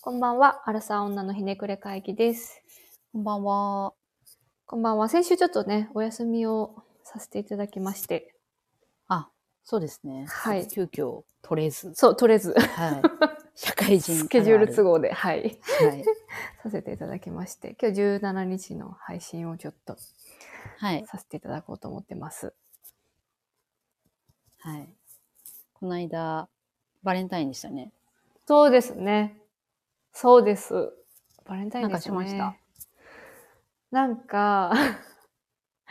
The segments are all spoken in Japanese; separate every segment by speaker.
Speaker 1: こんばんは、アラサー女のひねくれ会議です。
Speaker 2: こんばんは。
Speaker 1: こんばんは、先週ちょっとね、お休みをさせていただきまして、
Speaker 2: あ、そうですね。
Speaker 1: はい
Speaker 2: 急遽取れず。
Speaker 1: そう、取れず、
Speaker 2: はい。社会人あるある。
Speaker 1: スケジュール都
Speaker 2: 合。
Speaker 1: 合で、はい、
Speaker 2: はい。
Speaker 1: させていただきまして、今日17日の配信をちょっと
Speaker 2: はい。
Speaker 1: させていただこうと思ってます。
Speaker 2: はい。この間、バレンタインでしたね。
Speaker 1: そうですね。そうです。バレンタインですね。
Speaker 2: なんかしました。
Speaker 1: なんか、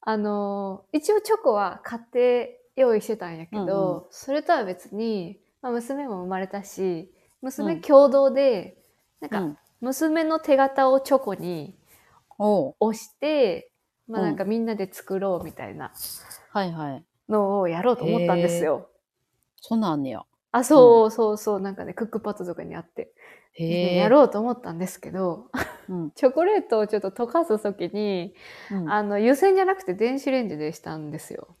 Speaker 1: あの、一応チョコは買って用意してたんやけど、
Speaker 2: うんう
Speaker 1: それとは別に、まあ、娘も生まれたし、娘
Speaker 2: うん
Speaker 1: 共同で、な
Speaker 2: うん
Speaker 1: か、
Speaker 2: ん。
Speaker 1: 娘の手形をチョコに
Speaker 2: おう
Speaker 1: 押して、まあ
Speaker 2: うん
Speaker 1: なんかみんなで作ろうみたいな
Speaker 2: はいはい。
Speaker 1: のをやろうと思ったんですよ。
Speaker 2: そんなんあんねや。
Speaker 1: あ、そうそうそう、なんかね、クックパッドとかにあって、
Speaker 2: へえ。
Speaker 1: やろうと思ったんですけど、
Speaker 2: うん。
Speaker 1: チョコレートをちょっと溶かす時に、
Speaker 2: うん。あ、
Speaker 1: あの湯煎じゃなくて電子レンジでしたんですよ。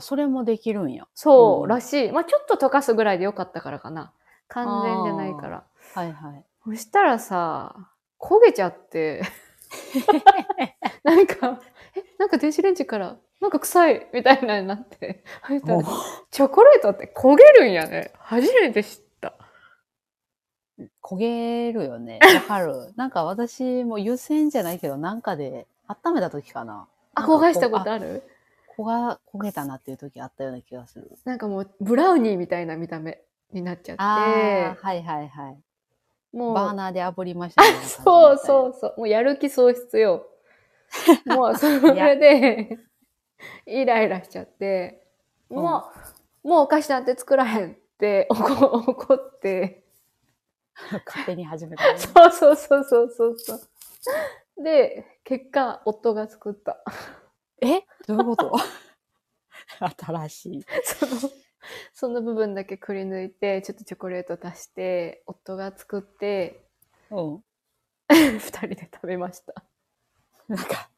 Speaker 2: それもできるんや。
Speaker 1: そう、
Speaker 2: うん
Speaker 1: らしい。まあちょっと溶かすぐらいでよかったからかな。完全じゃないから。
Speaker 2: はいはい。
Speaker 1: そしたらさ、焦げちゃ って。なんか、え、なんか電子レンジから、なんか臭いみたいなになって。入った
Speaker 2: お
Speaker 1: らチョコレートって焦げるんやね。初めて知った。
Speaker 2: 焦げる よね。わかる。なんか私も湯煎じゃないけど、なんかで温めた時かな。
Speaker 1: あ、
Speaker 2: なんか
Speaker 1: 焦
Speaker 2: こう
Speaker 1: がしたことある
Speaker 2: 焦が、焦げたなっていう時あったような気がする。
Speaker 1: なんかもう、ブラウニーみたいな見た目になっちゃ
Speaker 2: あ
Speaker 1: っ
Speaker 2: あ、はいはいはい。
Speaker 1: て。もう、
Speaker 2: バーナーで炙りましたね、。
Speaker 1: そうそううそう。もうやる気喪失よ。もうそれで、イライラしちゃって、もう、もうお菓子なんて作らへんって怒怒って、
Speaker 2: 勝手に始めた、ね。
Speaker 1: そうそうそうそうそうそう。で、結果、夫が作った。
Speaker 2: えどういうこと 新しい。
Speaker 1: その、その部分だけくり抜いて、ちょっとチョコレート足して、夫が作って、
Speaker 2: うん。
Speaker 1: 二人で食べました。
Speaker 2: なんか、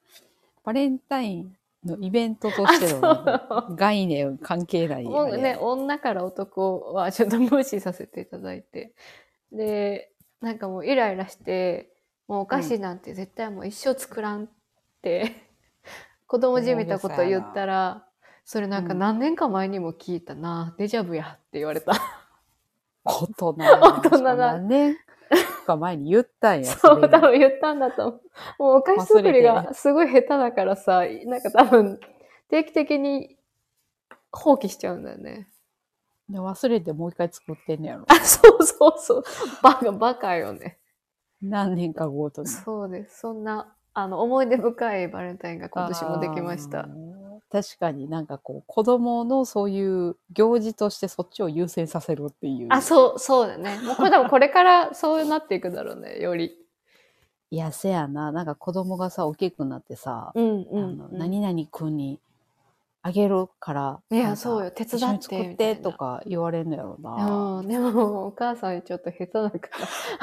Speaker 2: バレンタインのイベントとして
Speaker 1: あ
Speaker 2: の概念関係ない。
Speaker 1: もう
Speaker 2: あ
Speaker 1: ね
Speaker 2: れ、
Speaker 1: 女から男はちょっと無視させていただいて。で、なんかもうイライラして、もうお菓子なんて絶対もう一生作らんって、 子供じみたこと言ったら、それなんか
Speaker 2: うん
Speaker 1: 何年か前にも聞いたな、デジャブやって言われた。
Speaker 2: 大人
Speaker 1: 大
Speaker 2: な。
Speaker 1: 人な
Speaker 2: 何年か前に言った んや。
Speaker 1: そう、
Speaker 2: れ
Speaker 1: 多分言ったんだと思う。もうお菓子作り
Speaker 2: 忘れ
Speaker 1: がすごい下手だからさ、なんか多分定期的に放棄しちゃうんだよね。
Speaker 2: で忘れてもう一回作ってんねやろ。
Speaker 1: あ、そうそうそう。バカ、バカよね。
Speaker 2: 何年かごとに。
Speaker 1: そうです。そんな、あの、思い出深いバレンタインが今年もできまし
Speaker 2: あ
Speaker 1: た。
Speaker 2: ー。確かになんかこう、子供のそういう行事としてそっちを優先させるっていう。
Speaker 1: あ、そう、そうだね。もうこれ多分これからそうなっていくだろうね、より。
Speaker 2: いや、せやな。なんか子供がさ、大きくなってさ、
Speaker 1: うんう
Speaker 2: あの何々君にあげるから、
Speaker 1: いや
Speaker 2: なんか
Speaker 1: そうよ手伝って
Speaker 2: 一緒に作
Speaker 1: み
Speaker 2: った
Speaker 1: い
Speaker 2: て
Speaker 1: な
Speaker 2: とか言われんのやろな。
Speaker 1: うん、でも、お母さんちょっと下手だか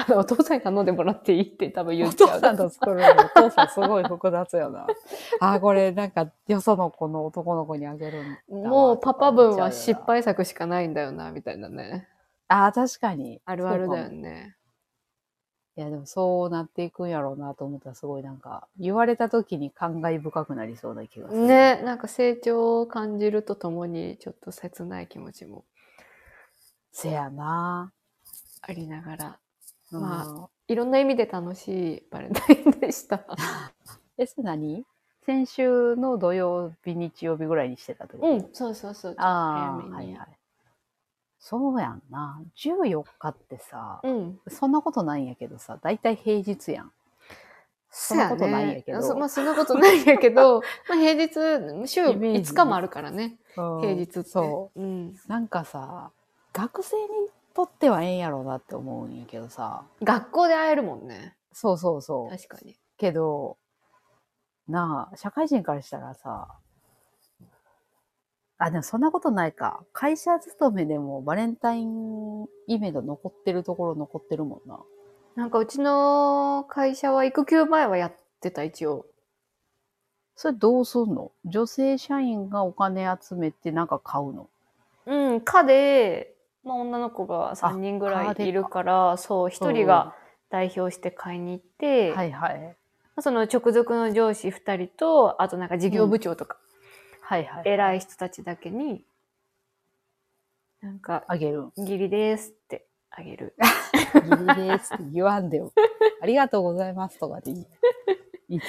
Speaker 1: ら、 あの、お父さんに頼んでもらっていいって多分言
Speaker 2: お
Speaker 1: っち
Speaker 2: 父
Speaker 1: ゃう。
Speaker 2: さんと作るの、お父さんすごい複雑やな。あー、これなんか、よその子の男の子にあげるんだわ
Speaker 1: もうパパ分
Speaker 2: とか
Speaker 1: は
Speaker 2: 言っちゃう
Speaker 1: 失
Speaker 2: よな。
Speaker 1: 敗作しかないんだよな、みたいなね。
Speaker 2: ああ、確かに。
Speaker 1: あるあるだよ
Speaker 2: そうかも
Speaker 1: ね。
Speaker 2: いや、でもそうなっていくんやろうなと思ったら、すごいなんか、言われた時に感慨深くなりそうな気がする。
Speaker 1: ね、なんか成長を感じるとともに、ちょっと切ない気持ちも
Speaker 2: せやな。
Speaker 1: ありながら、
Speaker 2: うん
Speaker 1: まいろんな意味で楽しいバレンタインでした。
Speaker 2: え、それ何先週の土曜日、日曜日ぐらいにしてたってこと
Speaker 1: うん、そうそうそう。
Speaker 2: あ
Speaker 1: ちょっ
Speaker 2: あ、
Speaker 1: と
Speaker 2: は
Speaker 1: 早め
Speaker 2: い
Speaker 1: に。
Speaker 2: はい。そうやんな。14日ってさ、
Speaker 1: うん。
Speaker 2: そんなことないんやけどさ、だいたい平日やん。
Speaker 1: そ
Speaker 2: んなことないんやけど
Speaker 1: うねそまあ、そんなことないんやけ ど、まあ、平日、週
Speaker 2: イメージね
Speaker 1: 5日もあるからね、
Speaker 2: 平
Speaker 1: 平日って。。
Speaker 2: そう
Speaker 1: ん。
Speaker 2: う。なんかさ、学生にとってはええんやろうなって思うんやけどさ、
Speaker 1: 学校で会えるもんね。
Speaker 2: そうそうそう。
Speaker 1: 確かに。
Speaker 2: けど、なあ、社会人からしたらさ、あ、でもそんなことないか。会社勤めでもバレンタインイベント残ってるところ残ってるもんな。
Speaker 1: なんかうちの会社は育休前はやってた、一応。
Speaker 2: それどうすんの女性社員がお金集めてなんか買うの
Speaker 1: うん、かで、まあ、女の子が3人ぐ
Speaker 2: カ
Speaker 1: ら
Speaker 2: ーデ
Speaker 1: い
Speaker 2: か
Speaker 1: いるからそう1人が代表して買いに行って、
Speaker 2: うん、はいはい。
Speaker 1: その直属の上司2人とあとなんか事業部長とか、
Speaker 2: はいはい。
Speaker 1: 偉い
Speaker 2: い。
Speaker 1: 人たちだけになんか
Speaker 2: あげる。
Speaker 1: 「ギリです」ってあげ る。
Speaker 2: ギリですって言わんでよ。ありがとうございますとかでいい。いつ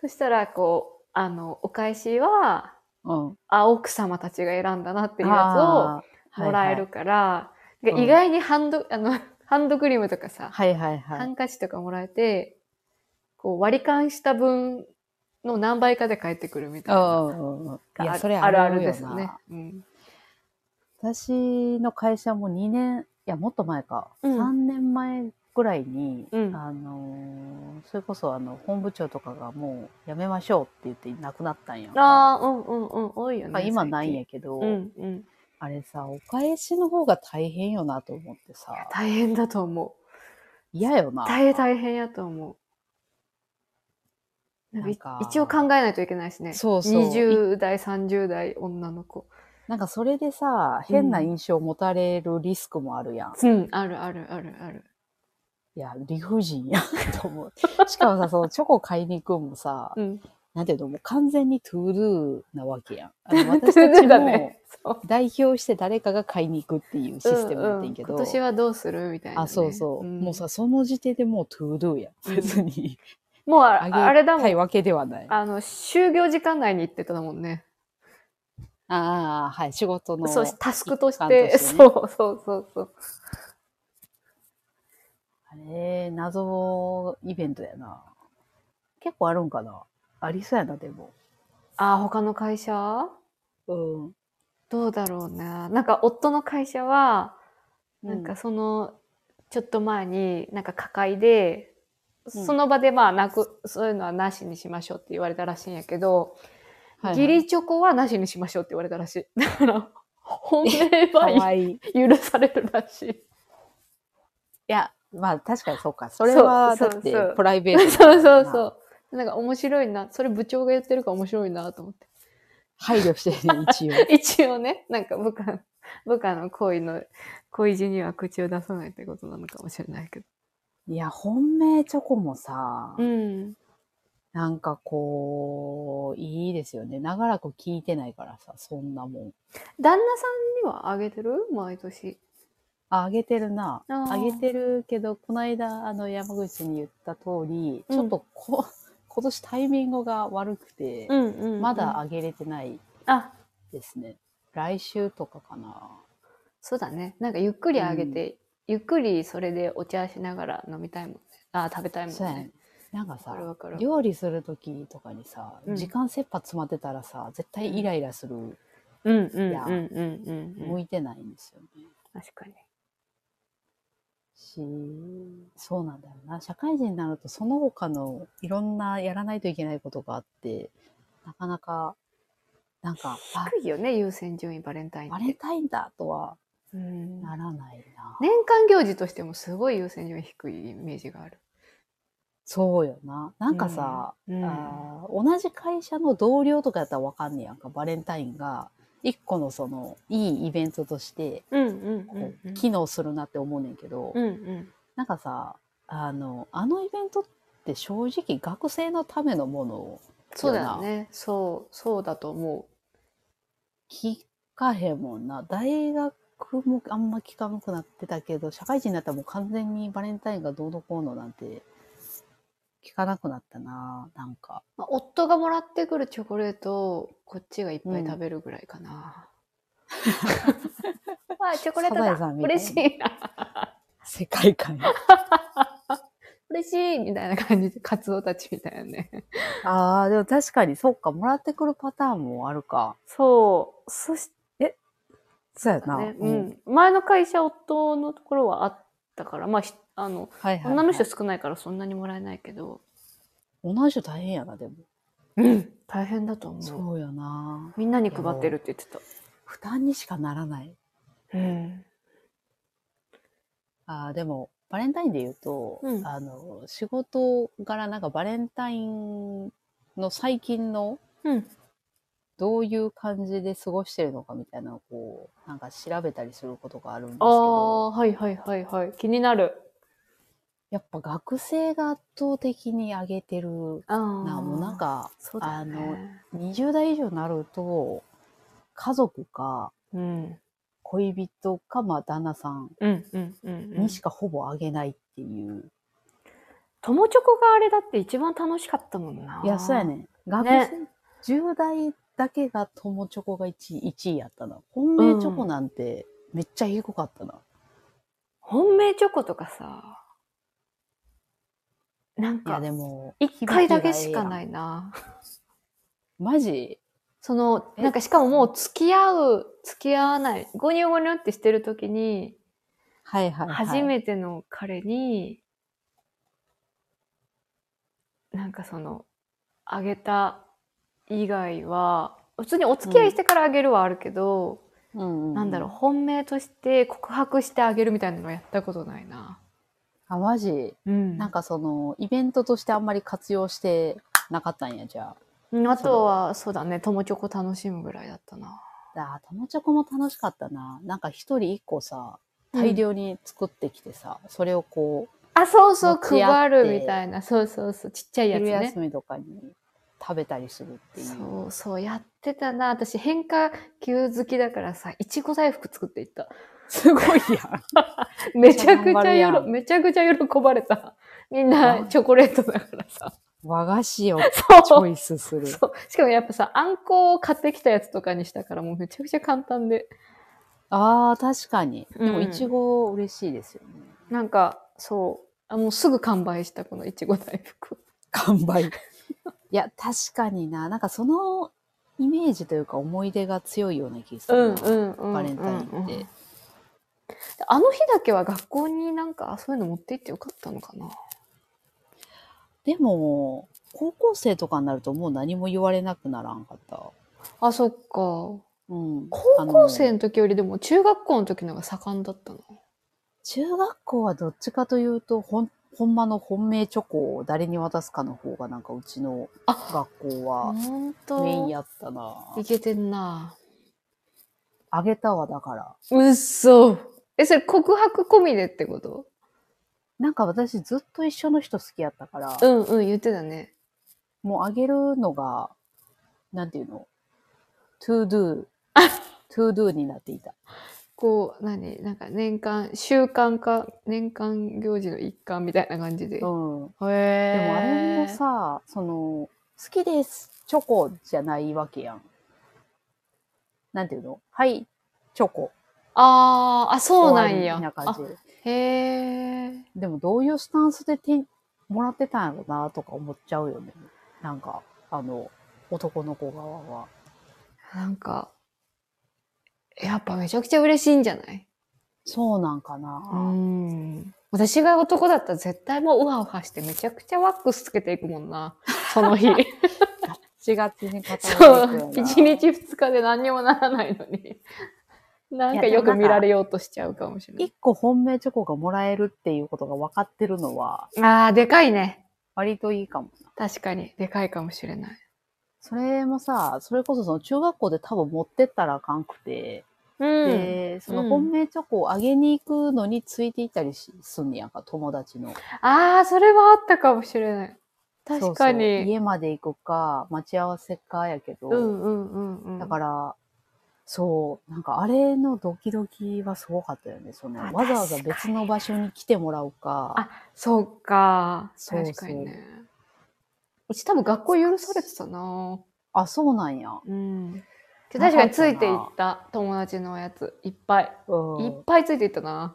Speaker 1: そしたらこうあのお返しは
Speaker 2: も。
Speaker 1: あ奥様たちが選んだなっ
Speaker 2: う
Speaker 1: て
Speaker 2: ん。
Speaker 1: いうや
Speaker 2: あ
Speaker 1: つ
Speaker 2: ー
Speaker 1: をもらえる。から、で
Speaker 2: うん
Speaker 1: 意外にハンドあの ハンドクリームとかさ、
Speaker 2: はいはいはい。は
Speaker 1: ハ
Speaker 2: い
Speaker 1: ンカチとかもらえてこう割り勘した分の何倍かで返ってくるみたいな。
Speaker 2: はいうんうんうんい
Speaker 1: あ
Speaker 2: や、それ
Speaker 1: あるあ
Speaker 2: よ
Speaker 1: る
Speaker 2: な
Speaker 1: ですね。うん
Speaker 2: 私の会社も2年、いや、もっと前か、
Speaker 1: うん
Speaker 2: 3年前ぐらいに、
Speaker 1: うん
Speaker 2: あのーそれこそあの本部長とかがもう辞めましょうって言っていなくなったんやんか。
Speaker 1: ああ、うんうんうん、多いよ
Speaker 2: まあ
Speaker 1: ね。
Speaker 2: 今ないん
Speaker 1: 最
Speaker 2: やけど、
Speaker 1: 近。うんうん。
Speaker 2: あれさ、お返しの方が大変よなと思ってさ、
Speaker 1: 大変だと思う。
Speaker 2: 嫌よな。
Speaker 1: 大変大変やと思う。なんかい
Speaker 2: なんか
Speaker 1: 一応考えないといけないしね。
Speaker 2: そうそう
Speaker 1: 20代、30代、女の子。
Speaker 2: なんかそれでさ、
Speaker 1: うん
Speaker 2: 変な印象を持たれるリスクもあるやん。
Speaker 1: うん、あるあるあるある。
Speaker 2: いや、理不尽やんと思う。しかもさ、そのチョコ買いに行くんもさ、
Speaker 1: うん。
Speaker 2: なんていうの、もう完全にトゥールーなわけやん。あの 私
Speaker 1: トゥ
Speaker 2: た
Speaker 1: ー
Speaker 2: ち
Speaker 1: ルだ
Speaker 2: も
Speaker 1: ね。そう。
Speaker 2: 代表して誰かが買いに行くっていうシステムやってんけ
Speaker 1: う
Speaker 2: ど、
Speaker 1: う今年はどうするみたいなね。
Speaker 2: あ、そうそう、
Speaker 1: ん
Speaker 2: もうさ、その時点でもうトゥールーや
Speaker 1: うん
Speaker 2: ん。別に、
Speaker 1: もうあ
Speaker 2: あげ
Speaker 1: あれだも
Speaker 2: たい
Speaker 1: ん。
Speaker 2: わけではない。あ
Speaker 1: あの、就業時間内に行ってたもんね。
Speaker 2: あー、はい、仕事の。
Speaker 1: そう、タスクとし
Speaker 2: 一環と
Speaker 1: て、
Speaker 2: してね
Speaker 1: そうそうそうそう。
Speaker 2: あれ、謎イベントやな。結構あるんかな。ありそうやな、でも。
Speaker 1: ああ、他の会社
Speaker 2: うん。
Speaker 1: どうだろうな。なんか夫の会社は、なんかその、ちょっと前に、なんか加会で、
Speaker 2: うん
Speaker 1: その場でまあなく、そういうのはなしにしましょうって言われたらしいんやけど、
Speaker 2: はいはい
Speaker 1: 義理チョコはなしにしましょうって言われたらしい。 だから、本命
Speaker 2: か
Speaker 1: は
Speaker 2: わいい。い
Speaker 1: 許されるらしい。
Speaker 2: や、まあ確かにそうか。それは、
Speaker 1: そ
Speaker 2: だ
Speaker 1: う
Speaker 2: って
Speaker 1: そうそう
Speaker 2: プライベ ート。
Speaker 1: そうそうそう。なんか面白いな。それ部長が言ってるから面白いなと思って。
Speaker 2: 配慮してるね、一応。
Speaker 1: 一応ね、なんか部下、部下の恋の、恋路には口を出さないってことなのかもしれないけど。
Speaker 2: いや、本命チョコもさ、
Speaker 1: うん。
Speaker 2: なんかこう、いいですよね。長らく聞いてないからさ、そんなもん。
Speaker 1: 旦那さんにはあげてる毎年。
Speaker 2: あ、あげてるな。
Speaker 1: あー
Speaker 2: あげてるけど、この間、あの、山口に言った通り、
Speaker 1: うん
Speaker 2: ちょっとこ、 今年タイミングが悪くて、
Speaker 1: んうん、
Speaker 2: まだあげれてない
Speaker 1: あ、
Speaker 2: ですね。来週とかかな。
Speaker 1: そうだね。なんかゆっくりあげて、ゆっくりそれでお茶しながら飲みたいもんね。あ、食べたいもん
Speaker 2: そうや
Speaker 1: ね
Speaker 2: ね。。なんかさ
Speaker 1: わかるわかる、
Speaker 2: 料理するときとかにさ、
Speaker 1: うん
Speaker 2: 時間切羽詰まってたらさ、絶対イライラする、
Speaker 1: うんうんうん
Speaker 2: いや
Speaker 1: うんうんう
Speaker 2: 向
Speaker 1: ん。
Speaker 2: いてないんですよね。
Speaker 1: 確かに。
Speaker 2: し、そうなんだよな。社会人になると、その他のいろんなやらないといけないことがあって、なかなか、なんか、あ、
Speaker 1: 低いよね、優先順位、バレンタイン
Speaker 2: バ
Speaker 1: っ
Speaker 2: レン
Speaker 1: て。
Speaker 2: タインだとは
Speaker 1: うん
Speaker 2: ならないな。
Speaker 1: 年間行事としてもすごい優先順位低いイメージがある。
Speaker 2: そうよな。なんかさ、
Speaker 1: うん、
Speaker 2: あー同じ会社の同僚とかやったらわかんねやんか、バレンタインが、一個のその、いいイベントとして、
Speaker 1: うんうん
Speaker 2: こ
Speaker 1: う
Speaker 2: うん
Speaker 1: うん。
Speaker 2: 機能するなって思うねんけど、
Speaker 1: うんうん。
Speaker 2: なんかさあのあのイベントって正直学生のためのものを
Speaker 1: そうだよね。そう、そうだと思
Speaker 2: 聞かへんもんな大学もあんま聞かなくなってたけど社会人になったらもう完全にバレンタインがどうのこうのなんて聞かなくなったななんか
Speaker 1: う。まあ、夫がもらってくるチョコレートをこっちがいっぱい食べるぐらいかな。 わあ、チョコレート
Speaker 2: サザ
Speaker 1: だ
Speaker 2: エさんみたいな
Speaker 1: 嬉しいな。
Speaker 2: 世界観
Speaker 1: 嬉しいみたいな感じで、カツオたちみたいなね。
Speaker 2: あーでも確かにそっかもらってくるパターンもあるか
Speaker 1: そう。そし
Speaker 2: そうや
Speaker 1: た
Speaker 2: な、
Speaker 1: ね。
Speaker 2: う
Speaker 1: うんん。前の会社、夫のところはあったから、まあ、ひあの、
Speaker 2: はいはい、
Speaker 1: 女の
Speaker 2: はい
Speaker 1: 人、少ないからそんなにもらえないけど、
Speaker 2: 女の人大変やなでも、
Speaker 1: うん。大変だと思う。
Speaker 2: そうやな
Speaker 1: みんなに配ってるって言ってた。
Speaker 2: 負担にしかならない
Speaker 1: うん。
Speaker 2: あーでもバレンタインで言うと、
Speaker 1: うん
Speaker 2: あの仕事柄なんかバレンタインの最近の
Speaker 1: うん。
Speaker 2: どういう感じで過ごしてるのかみたいなのをこうなんか調べたりすることがあるんですけ
Speaker 1: ああ
Speaker 2: ど
Speaker 1: はいはいはいはい気になる
Speaker 2: やっぱ学生が圧倒的に上げてる
Speaker 1: ああ
Speaker 2: なもうなんか
Speaker 1: そうだよね
Speaker 2: 20代以上になると家族か
Speaker 1: うん
Speaker 2: 恋人かまあ旦那さん
Speaker 1: うんうんうんうん
Speaker 2: にしかほぼあげないっていう、
Speaker 1: 友チョコがあれだって一番楽しかったもんない
Speaker 2: やそうやね学生、10代だけが友チョコが 1, 1位やったな本命チョコなんてめっちゃ低かったな、
Speaker 1: 本命チョコとかさなん
Speaker 2: いや
Speaker 1: か
Speaker 2: でも
Speaker 1: 一回だけしかないな
Speaker 2: マジ
Speaker 1: その
Speaker 2: え
Speaker 1: なんかしかももう付き合う付き合わないゴニョゴニョってしてる時に
Speaker 2: はいはい、はい、
Speaker 1: 初めての彼に、なんかそのあげた以外は普通にお付き合いしてからあげるはあるけど、
Speaker 2: うんう
Speaker 1: なんだろう本命として告白してあげるみたいなのはやったことないな。
Speaker 2: あマジ
Speaker 1: うん、
Speaker 2: なんかそのイベントとしてあんまり活用してなかったんやじゃあ
Speaker 1: うんあとはそうだね友チョコ楽しむぐらいだったな。
Speaker 2: あー友チョコも楽しかったななんか一人一個さ大量に作ってきてさ、それをこう
Speaker 1: あそうそう
Speaker 2: 持ち合
Speaker 1: 配
Speaker 2: って
Speaker 1: るみたいなそうそうそうちっちゃいやつ
Speaker 2: 昼
Speaker 1: ね
Speaker 2: 休。みとかに食べたりするっていう
Speaker 1: そうそうやってたな私変化球好きだからさいちご大福作っていった
Speaker 2: すごいや
Speaker 1: めちゃくち
Speaker 2: 頑張
Speaker 1: ゃ
Speaker 2: るや
Speaker 1: よ
Speaker 2: ん
Speaker 1: ろめちゃくちゃ喜ばれたみんな
Speaker 2: あ
Speaker 1: チョコレートだからさ
Speaker 2: ん和菓子をチ
Speaker 1: そう
Speaker 2: ョイスする
Speaker 1: そうしかもやっぱさあんこを買ってきたやつとかにしたからもうめちゃくちゃ簡単で
Speaker 2: あー確かにでも
Speaker 1: うん
Speaker 2: いちご嬉しいですよね、
Speaker 1: なんかそうあもうすぐ完売したこのいちご大福
Speaker 2: 完売 いや確かにななんかそのイメージというか思い出が強いような気がするな、
Speaker 1: んう
Speaker 2: バレンタインって、
Speaker 1: あの日だけは学校になんかそういうの持って行ってよかったのかな
Speaker 2: でも高校生とかになるともう何も言われなくならんかった、
Speaker 1: あそっか
Speaker 2: うん、
Speaker 1: 高校生
Speaker 2: あの
Speaker 1: の時よりでも中学校の時の方が盛んだったの
Speaker 2: 中学校はどっちかというとほんほんまの本命チョコを誰に渡すかの方がなんかうちの学校は
Speaker 1: 本当
Speaker 2: メインやったない
Speaker 1: けてんな
Speaker 2: あげたわだから
Speaker 1: うっそえそれ告白込みでってこと
Speaker 2: なんか私ずっと一緒の人好きやったから、
Speaker 1: うんうん言ってたね
Speaker 2: もうあげるのが、なんていうの ?to do。to do になっていた。
Speaker 1: こう何なんか年間習慣化年間行事の一環みたいな感じで、
Speaker 2: うん。
Speaker 1: へえ
Speaker 2: でもあれもさ、その、好きです、チョコじゃないわけやん。なんていうのはい、チョコ。
Speaker 1: あーあそうなんや
Speaker 2: 終わりみたいな
Speaker 1: あ
Speaker 2: 感
Speaker 1: へ
Speaker 2: じ。
Speaker 1: え
Speaker 2: でもどういうスタンスで手にもらってたんやろなとか思っちゃうよね。なんか、あの、男の子側は。
Speaker 1: なんかやっぱめちゃくちゃ嬉しいんじゃない
Speaker 2: そうなんかな。
Speaker 1: うん私が男だったら絶対もうウハウハしてめちゃくちゃワックスつけていくもんな その日
Speaker 2: 7月に固
Speaker 1: そ
Speaker 2: めていく
Speaker 1: う
Speaker 2: よな
Speaker 1: 一日二日で何にもならないのになんかよく見られようとしちゃうかもしれない
Speaker 2: 一個本命チョコがもらえるっていうことが分かってるのは、
Speaker 1: あーでかいね
Speaker 2: 割といいかもな。
Speaker 1: 確かにでかいかもしれない
Speaker 2: それもさ、それこそその中学校で多分持ってったらあかんくて、
Speaker 1: うん
Speaker 2: で、その本命チョコをあげに行くのについていったりしすんねやんか、友達の。
Speaker 1: ああそれはあったかもしれない確かに
Speaker 2: そうそう家まで行くか、待ち合わせかやけど、
Speaker 1: うんうんうんうん
Speaker 2: だから、そう、なんかあれのドキドキはすごかったよね。その
Speaker 1: あ
Speaker 2: わざわ
Speaker 1: 確か
Speaker 2: ざ
Speaker 1: に
Speaker 2: 別の場所に来てもらうか。
Speaker 1: あそうか
Speaker 2: そうそ
Speaker 1: 確
Speaker 2: う
Speaker 1: かにねうち多分学校許されてたな
Speaker 2: あ、そうなんや。
Speaker 1: うん
Speaker 2: なかったな
Speaker 1: 確かについていった友達のやついっぱい
Speaker 2: うん
Speaker 1: いっぱいついていったな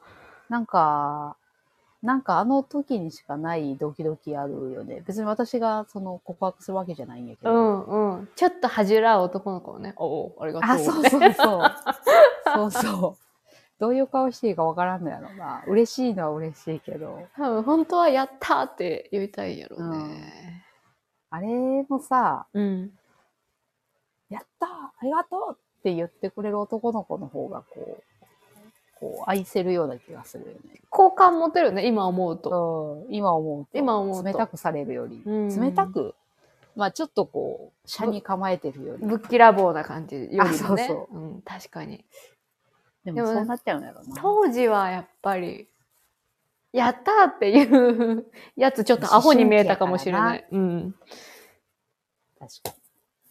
Speaker 2: なんか、なんかあの時にしかないドキドキあるよね。別に私がその告白するわけじゃないんやけ
Speaker 1: う
Speaker 2: ど。
Speaker 1: んうんちょっと恥じらう男の子をねおおありがとう
Speaker 2: あ、そうそうそう。そうそう。どういう顔していいかわからんのやろな。嬉しいのは嬉しいけど。
Speaker 1: 多分本当はやったーって言いたいやろうね
Speaker 2: あれもさ、
Speaker 1: うん
Speaker 2: やったーありがとうって言ってくれる男の子の方がこう、こう愛せるような気がするよね。
Speaker 1: 好感持てるね今思うと
Speaker 2: うん、今思うと。
Speaker 1: 今思うと
Speaker 2: 冷たくされるより。
Speaker 1: うん
Speaker 2: 冷たくまあちょっとこう、車に構えてるより。
Speaker 1: ぶっきらぼうな感じよりもね。
Speaker 2: あそうそ
Speaker 1: うん、確かに。
Speaker 2: で
Speaker 1: で
Speaker 2: も
Speaker 1: も
Speaker 2: そうなっちゃうんだろうな。
Speaker 1: 当時はやっぱり、やったーっていうやつちょっとアホに見えたかもしれない。うん。
Speaker 2: 確かに。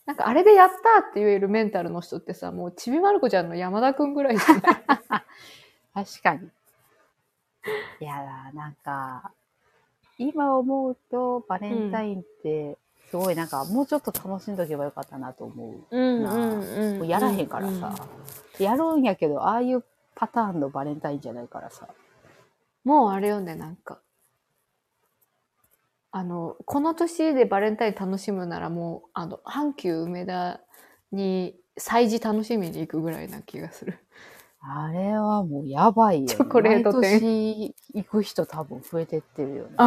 Speaker 1: なんかあれでやったーって言えるメンタルの人ってさ、もうちびまる子ちゃんの山田くん ぐらいじゃない
Speaker 2: 確かに。いやー、なんか、今思うとバレンタインって、すごいなんか、もうちょっと楽しんどけばよかったなと思う。
Speaker 1: うん
Speaker 2: もうやらへんからさ。やるんやけど、ああいうパターンのバレンタインじゃないからさ。
Speaker 1: もうあれよね、なんか。あの、この年でバレンタイン楽しむならもう、あの、阪急梅田に祭事楽しみに行くぐらいな気がする。
Speaker 2: あれはもうやばいよ、ね。
Speaker 1: チョコレート店
Speaker 2: 毎年行く人多分増えてってるよね。
Speaker 1: う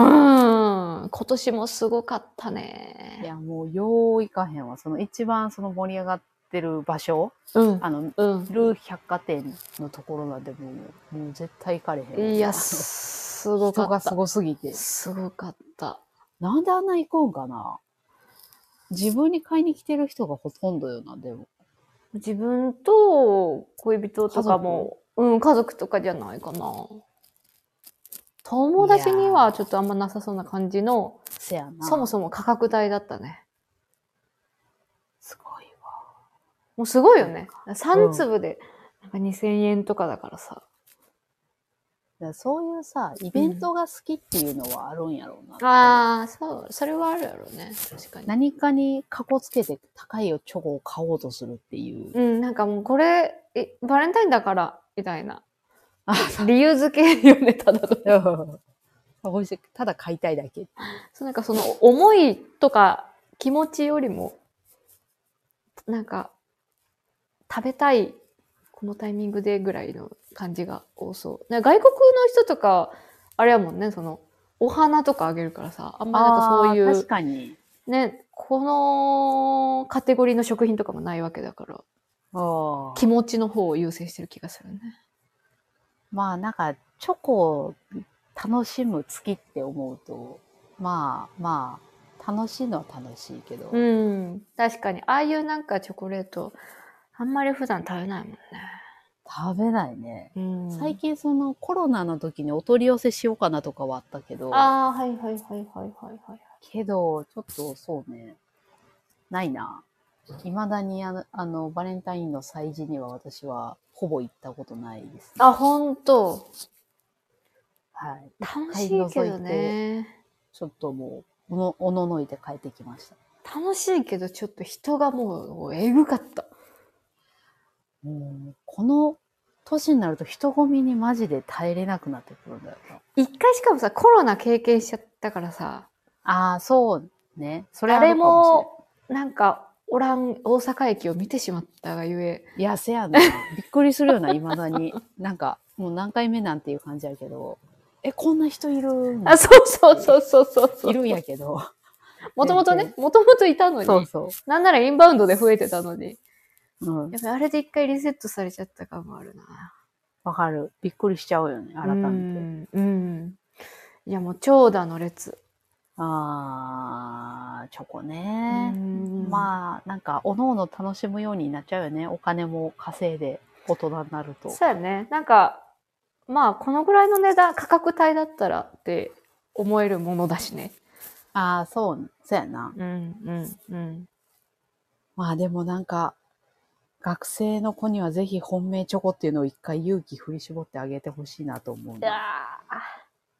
Speaker 1: ん。今年もすごかったね。
Speaker 2: いや、もうよう行かへんわ。その一番その盛り上がってる場所、
Speaker 1: うん。
Speaker 2: あの、
Speaker 1: うん。
Speaker 2: ルー百貨店のところなんてもう、もう絶対行かれへん。
Speaker 1: いや、すごか
Speaker 2: 人が
Speaker 1: っ
Speaker 2: す
Speaker 1: た。
Speaker 2: ごすぎて。
Speaker 1: すごかった。
Speaker 2: なんであんな行こうんかな自分に買いに来てる人がほとんどよな、でも。
Speaker 1: 自分と恋人とかも、うん、家族とかじゃないかな。友達にはちょっとあんまなさそうな感じの、
Speaker 2: せやな。
Speaker 1: そもそも価格帯だったね。
Speaker 2: すごいわ。
Speaker 1: もうすごいよね。3粒で、なんか2000円とかだからさ。
Speaker 2: だからそういうさ、イベントが好きっていうのはあるんやろうな。
Speaker 1: ああ、そう、それはあるやろうね。確かに。
Speaker 2: 何かにかこつけて高いチョコを買おうとするっていう。
Speaker 1: うん、なんかもうこれ、え、バレンタインだから、みたいな。
Speaker 2: あ
Speaker 1: 理由付けよね、ただの。
Speaker 2: 美味しいただ買いたいだけ。
Speaker 1: そうなんかその思いとか気持ちよりも、なんか、食べたい、このタイミングでぐらいの感じが多そう。なんか外国の人とか、あれやもんね、その、お花とかあげるからさ、あんまなんかそうい
Speaker 2: あー確
Speaker 1: う、
Speaker 2: かに。
Speaker 1: ね、このカテゴリーの食品とかもないわけだから、
Speaker 2: あー
Speaker 1: 気持ちの方を優先してる気がするね。
Speaker 2: まあなんか、チョコを楽しむ月って思うと、まあまあ、楽しいのは楽しいけど、
Speaker 1: うん、確かに。ああいうなんかチョコレート、あんまり普段食べないもんね。
Speaker 2: 食べないね。
Speaker 1: うん
Speaker 2: 最近そのコロナの時にお取り寄せしようかなとかはあったけど、
Speaker 1: ああ、はいはいはいはいはいはい。
Speaker 2: けど、ちょっとそうね、ないな。いまだにあのあの、バレンタインの祭事には私はほぼ行ったことないです、
Speaker 1: あ、ほんと。
Speaker 2: はい。
Speaker 1: 楽しいけどね。
Speaker 2: ちょっともう、おのおののいて帰ってきました。
Speaker 1: 楽しいけど、ちょっと人がもう、えぐかった。
Speaker 2: もう、この年になると人混みにマジで耐えれなくなってくるんだよな。
Speaker 1: 一回しかもさ、コロナ経験しちゃったからさ、
Speaker 2: ああ、そうね。それあ
Speaker 1: 誰
Speaker 2: るかも
Speaker 1: も、なんか、おらん大阪駅を見てしまったがゆえ、
Speaker 2: しれん。いや、せやな。び っくりするよな、いまだに。なんか、もう何回目なんていう感じやけど、え、こんな人いるん
Speaker 1: あ、そうそうそうそうそうそう。
Speaker 2: いるんやけど。
Speaker 1: もともとね、もともといたのに、
Speaker 2: そうそ
Speaker 1: なんならインバウンドで増えてたのに。
Speaker 2: う。うん。
Speaker 1: やっぱあれで一回リセットされちゃった感もあるな。
Speaker 2: わかる。びっくりしちゃうよね、改めて。
Speaker 1: て。うん。いや、もう長蛇の列。
Speaker 2: あー、チョコね。
Speaker 1: うん
Speaker 2: まあ、なんか、おのおの楽しむようになっちゃうよね。お金も稼いで、大人になると。
Speaker 1: そうやね。なんか、まあ、このぐらいの値段、価格帯だったらって思えるものだしね。
Speaker 2: ああ、そう、そうやな。
Speaker 1: うん、うん、うん。
Speaker 2: まあでもなんか、学生の子にはぜひ本命チョコっていうのを一回勇気振り絞ってあげてほしいなと思う
Speaker 1: いやー
Speaker 2: な。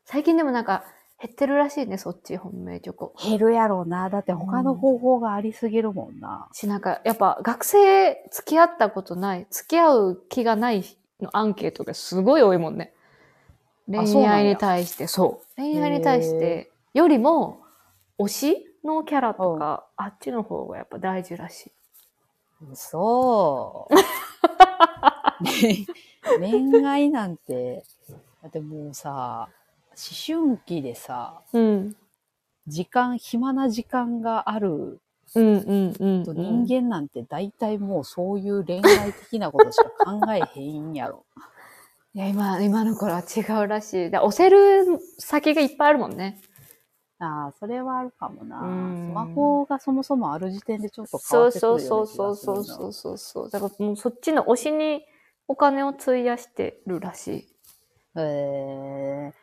Speaker 1: 最近でもなんか、減ってるらしいね、そっち、本命チョコ。
Speaker 2: 減るやろうな。だって他の方法がありすぎるもんな。
Speaker 1: し、なんか、やっぱ、学生、付き合ったことない、付き合う気がないのアンケートがすごい多いもんね。
Speaker 2: あそ
Speaker 1: 恋
Speaker 2: うなんや
Speaker 1: 愛に対して、そう。恋愛に対し
Speaker 2: へ
Speaker 1: て、よりも、推しのキャラとか、あっちの方がやっぱ大事らしい。
Speaker 2: そう。 ね恋愛なんて、だってもうさ、思春期でさ、
Speaker 1: うん。
Speaker 2: 時間、暇な時間がある
Speaker 1: うんうんうん、
Speaker 2: と人間なんて大体もうそういう恋愛的なことしか考えへんやろ。
Speaker 1: いや、今、今の頃は違うらしい。だ押せる先がいっぱいあるもんね。
Speaker 2: ああ、それはあるかもな。
Speaker 1: うん
Speaker 2: スマホがそもそもある時点でちょっと変
Speaker 1: そ
Speaker 2: わ
Speaker 1: う
Speaker 2: ってくる
Speaker 1: そ
Speaker 2: よ
Speaker 1: う
Speaker 2: ね。。
Speaker 1: そうそうそうそううそうそうだからもうそっちの推しにお金を費やしてるらしい
Speaker 2: へえ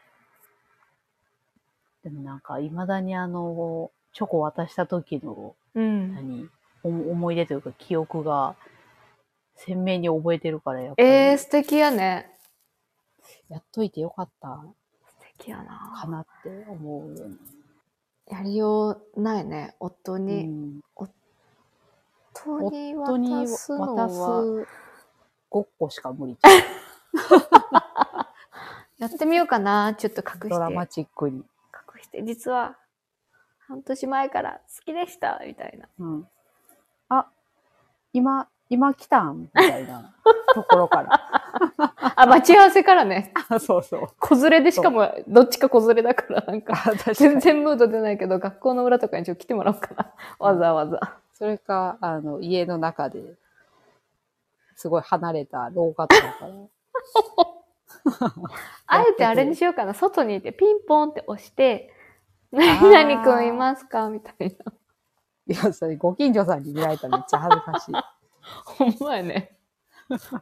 Speaker 2: でもなんか、いまだにあの、チョコ渡した時の、
Speaker 1: うん
Speaker 2: 何、お思い出というか記憶が鮮明に覚えてるから、やっぱり、
Speaker 1: えー、素敵やね
Speaker 2: やっといてよかった
Speaker 1: 素敵や
Speaker 2: か
Speaker 1: な
Speaker 2: なって思うよね。
Speaker 1: やりようないね夫
Speaker 2: う
Speaker 1: に、
Speaker 2: ん
Speaker 1: 夫に
Speaker 2: 本当に
Speaker 1: 渡
Speaker 2: 渡す
Speaker 1: すのは
Speaker 2: ごっこしか無理。
Speaker 1: やってみようかなちょっと隠
Speaker 2: ドラ
Speaker 1: して
Speaker 2: マチックに。
Speaker 1: 隠して実は半年前から好きでしたみたいな
Speaker 2: うん。あ、今、今来たんみたい なところから。
Speaker 1: あ待ち合わせからね
Speaker 2: あ そうそう。
Speaker 1: 子連れでしかもどっちか子連れだからなん か
Speaker 2: あ確
Speaker 1: 全
Speaker 2: かに。
Speaker 1: 然ムード出ないけど学校の裏とかにちょっと来てもらおうかなわざわざ
Speaker 2: それか、あの、家の中で、すごい離れた廊下とかから。
Speaker 1: あえてあれにしようかな外にいてピンポンって押して「 何々くんいますか?」みたいない
Speaker 2: や、それご近所さんに見られたらめっちゃ恥ずかしい。
Speaker 1: ほんまやね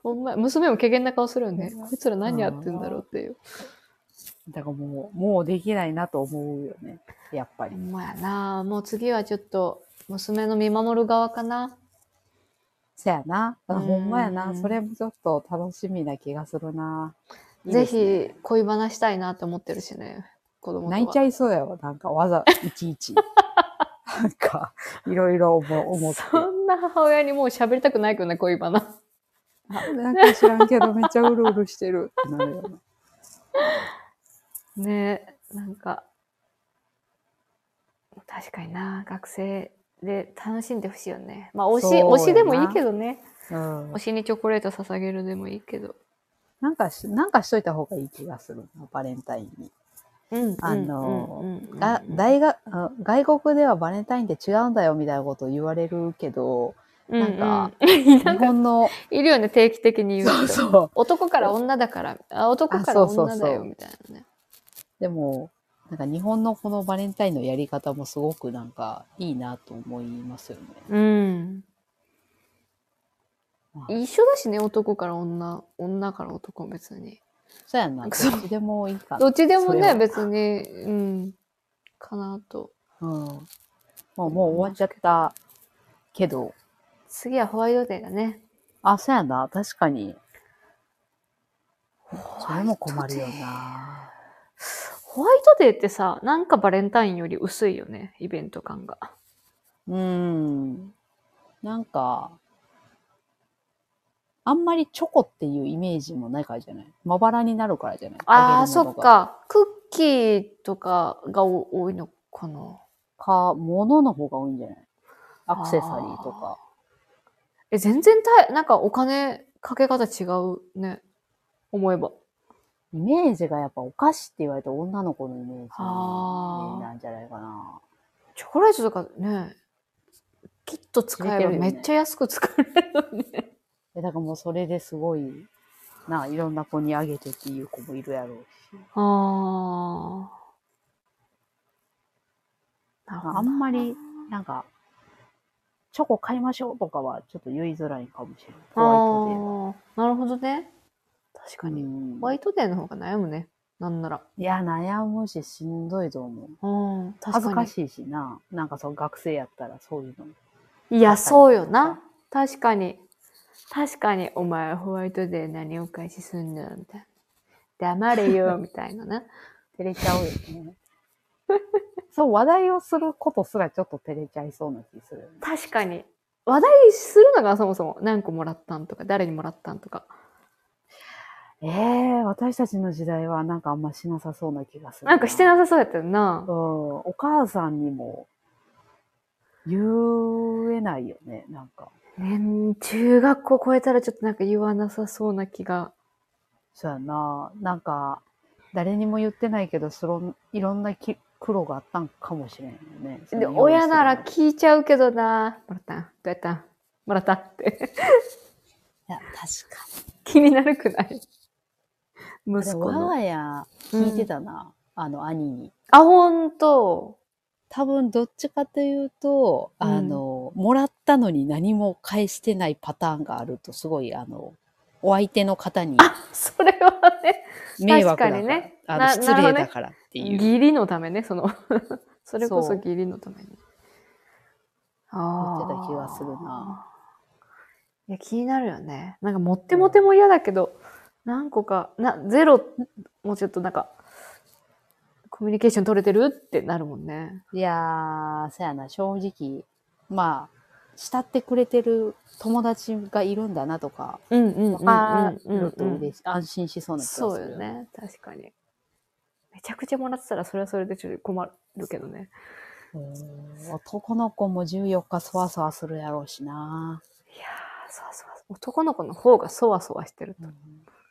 Speaker 1: ほんまや娘も怪げな顔するよねこいつら何やってんだろうっていう
Speaker 2: だからもう、もうできないなと思うよね。やっぱ
Speaker 1: ほ
Speaker 2: り。
Speaker 1: んまやなもう次はちょっと娘の見守る側かな
Speaker 2: そやな。あ
Speaker 1: うん
Speaker 2: ほんまやな。それもちょっと楽しみな気がするな。いい
Speaker 1: ぜ
Speaker 2: ですね
Speaker 1: ひ恋バナしたいなって思ってるしね子供とは
Speaker 2: 泣いちゃいそうやわ。なんかわざ、いち いち。なんか、いろいろ思う思って。
Speaker 1: そんな母親にもう喋りたくないけどね恋バナ
Speaker 2: あなんか知らんけどめっちゃうるうるしてるってなるよね。
Speaker 1: ねえなんか確かにな学生で楽しんでほしいよねまあ推し
Speaker 2: そうやな
Speaker 1: 推しでもいいけどね
Speaker 2: うん
Speaker 1: 推。しにチョコレート捧げるでもいいけど
Speaker 2: なんかし、なんかしといた方がいい気がするな、バレンタインに。
Speaker 1: うん
Speaker 2: あの
Speaker 1: うんうんうん
Speaker 2: が大学あ外国ではバレンタインって違うんだよみたいなこと言われるけど、
Speaker 1: うんうん
Speaker 2: なんか
Speaker 1: いな
Speaker 2: 日 本の、
Speaker 1: いるよね定期的に言う
Speaker 2: そう
Speaker 1: 人
Speaker 2: そう。
Speaker 1: 男から女だからあ男から
Speaker 2: あそうそう
Speaker 1: 女
Speaker 2: そう
Speaker 1: だよみたいなね
Speaker 2: でも、なんか日本のこのバレンタインのやり方もすごくなんかいいなと思いますよね。
Speaker 1: うん
Speaker 2: まあ
Speaker 1: 一緒だしね男から女女から男も別に
Speaker 2: そうやんな。ど
Speaker 1: そう
Speaker 2: っちでもいいか
Speaker 1: ど
Speaker 2: な。
Speaker 1: っちでも
Speaker 2: それ
Speaker 1: ね
Speaker 2: は
Speaker 1: 別にうんかなと
Speaker 2: うん。もう、もう終わっちゃったけど。
Speaker 1: 次はホワイトデーだね
Speaker 2: あ、そうやな。確かに。
Speaker 1: ホ
Speaker 2: それも困るよな。
Speaker 1: ホワイトデーってさなんかバレンタインより薄いよねイベント感が
Speaker 2: うん。なんか、あんまりチョコっていうイメージもないからじゃないまばらになるからじゃない
Speaker 1: ああ
Speaker 2: 食べ
Speaker 1: そ
Speaker 2: るも
Speaker 1: っ
Speaker 2: のが
Speaker 1: かクッキーとかがお多いのかな
Speaker 2: か、物の方が多いんじゃないアクセサリーとか。
Speaker 1: え全然たなんかお金かけ方違うね思えば
Speaker 2: イメージがやっぱお菓子って言われて女の子のイメージ
Speaker 1: あー
Speaker 2: なんじゃないかな。
Speaker 1: チョコレートとかねきっと使え
Speaker 2: 切れて
Speaker 1: ば
Speaker 2: るよ
Speaker 1: め
Speaker 2: ね
Speaker 1: っちゃ安く使えるのにね
Speaker 2: えだからもうそれですごい、な、いろんな子にあげてっていう子もいるやろうし。
Speaker 1: ああ。なるほど
Speaker 2: あんまり、なんか、チョコ買いましょうとかはちょっと言いづらいかもしれない。ホワイトデーは。
Speaker 1: あーなるほどね。確かに。
Speaker 2: うん
Speaker 1: ホワイトデーの方が悩むね。なんなら。
Speaker 2: いや、悩むし、しんどいと思う。
Speaker 1: うん。
Speaker 2: 恥ず
Speaker 1: 確か
Speaker 2: か
Speaker 1: に。
Speaker 2: しいしな。なんかそう、学生やったらそういうの。
Speaker 1: いや、そうよな。確かに。確かに、お前ホワイトデー何お返しすんのみたいな。黙れよ、みたいな な。
Speaker 2: 照れちゃうよね。 そう、話題をすることすらちょっと照れちゃいそうな気するよね。
Speaker 1: 確かに。話題するのがそもそも何個もらったんとか、誰にもらったんとか。
Speaker 2: ええ私たちの時代はなんかあんましなさそうな気がする。
Speaker 1: なんかしてなさそうやったよな
Speaker 2: う。ん、お母さんにも言えないよね、なんか。
Speaker 1: ね、中学校超えたらちょっとなんか言わなさそうな気が。
Speaker 2: そうやな、なんか、誰にも言ってないけど、そのいろんなき苦労があったんかもしれんよね。その
Speaker 1: で、
Speaker 2: 用意す
Speaker 1: 親
Speaker 2: る
Speaker 1: なら
Speaker 2: の
Speaker 1: 聞いちゃうけどな。もらったんどうやったんもらったって。
Speaker 2: いや、確か
Speaker 1: 気になるくない
Speaker 2: に。
Speaker 1: 息
Speaker 2: でも
Speaker 1: 子
Speaker 2: 我
Speaker 1: の。
Speaker 2: が家、聞いてたな、あの、兄に。
Speaker 1: あ、ほんと。
Speaker 2: 多分どっちかというと、
Speaker 1: うん
Speaker 2: あの、もらったのに何も返してないパターンがあると、すごい、あの、お相手の方に
Speaker 1: それはね、
Speaker 2: 迷惑だから、
Speaker 1: 確かにね
Speaker 2: あの
Speaker 1: な
Speaker 2: 失
Speaker 1: なるほ
Speaker 2: 礼
Speaker 1: どね
Speaker 2: だからっていう。
Speaker 1: 義理のためね、その、 それこ
Speaker 2: そ
Speaker 1: そう義理のために。ああ。
Speaker 2: 言ってた気がするない
Speaker 1: や、気になるよね。なんか、モテモテも嫌だけど、何個か、な、ゼロ、もうちょっとなんか、コミュニケーション取れてるってなるもんね。
Speaker 2: いやー、そやな、正直、まあ、慕ってくれてる友達がいるんだなとか、
Speaker 1: うんうん
Speaker 2: 分かると嬉しい、安心しそうな気がする。
Speaker 1: そうよ。ね。確かに。めちゃくちゃもらってたら、それはそれでちょっと困るけどね。
Speaker 2: 男の子も14日そわそわするやろうしな。
Speaker 1: いやー、そわそわ。男の子の方がそわそわしてると。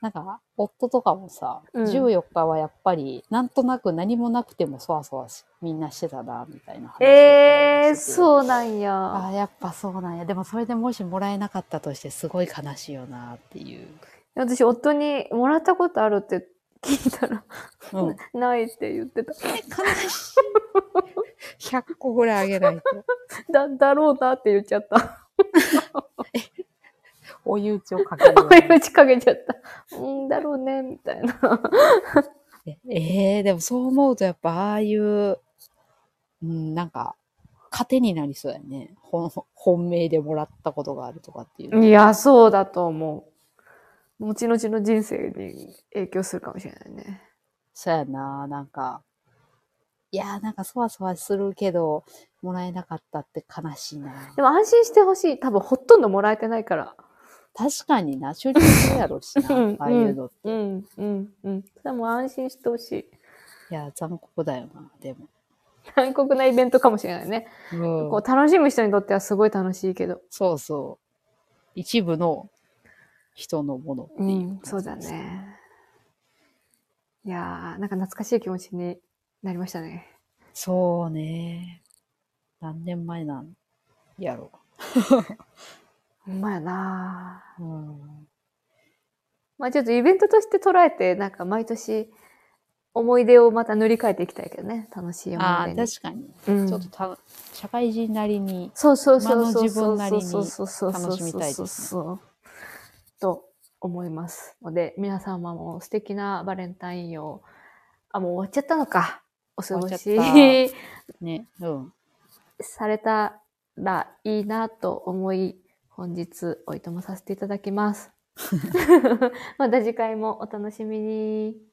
Speaker 2: なんか、夫とかもさ、
Speaker 1: うん
Speaker 2: 14日はやっぱり、なんとなく何もなくてもそわそわし、みんなしてたな、みたいな話を
Speaker 1: えー、
Speaker 2: う。
Speaker 1: そうなんや。
Speaker 2: あーやっぱそうなんや。でもそれでもしもらえなかったとして、すごい悲しいよな、っていう。
Speaker 1: 私、夫にもらったことあるって聞いたら、
Speaker 2: うん。
Speaker 1: ないって言ってた。
Speaker 2: 悲しい。100個ぐらいあげないと。
Speaker 1: だ、だろうなって言っちゃった。
Speaker 2: お湯打ちをかけるよう
Speaker 1: 追い
Speaker 2: に。
Speaker 1: 打ちかけちゃった。うんだろうね、みたいな。
Speaker 2: ええー、でもそう思うとやっぱああいう、うん、なんか、糧になりそうやね。本本命でもらったことがあるとかっていうの。
Speaker 1: いや、そうだと思う。後々の人生に影響するかもしれないね。
Speaker 2: そうやな、なんか。いやーなんかそわそわするけど、もらえなかったって悲しいな
Speaker 1: で。も安心してほしい。多分ほとんどもらえてないから。
Speaker 2: 確かにな、集中するやろし
Speaker 1: うん
Speaker 2: な、ああいうの。
Speaker 1: うん、うん、うん。それはもう安心してほしい。
Speaker 2: いやー、残酷だよな、でも。
Speaker 1: 残酷なイベントかもしれないね。
Speaker 2: うん
Speaker 1: こう楽しむ人にとってはすごい楽しいけど。
Speaker 2: そうそう。一部の人のものって
Speaker 1: う
Speaker 2: いう、
Speaker 1: ん、そうだ。ね。いやー、なんか懐かしい気持ちになりましたね。
Speaker 2: そうね。何年前なんやろ
Speaker 1: ほんまやな
Speaker 2: う。うん。
Speaker 1: まあちょっとイベントとして捉えて、なんか毎年思い出をまた塗り替えていきたいけどね。楽しい思
Speaker 2: ああ、
Speaker 1: い出に。
Speaker 2: 確かに。
Speaker 1: うん
Speaker 2: ちょっとた社会人なりに、
Speaker 1: そうそうそうそう
Speaker 2: 今の自分なりに
Speaker 1: そうそうそうそう
Speaker 2: 楽しみたいですね
Speaker 1: そうと思いますので皆様も素敵なバレンタインをあもう終わっちゃったのかお過ご
Speaker 2: 終わっちゃ
Speaker 1: し
Speaker 2: ね、うん。
Speaker 1: されたらいいなと思い本日おいともさせていただきます。また次回もお楽しみに。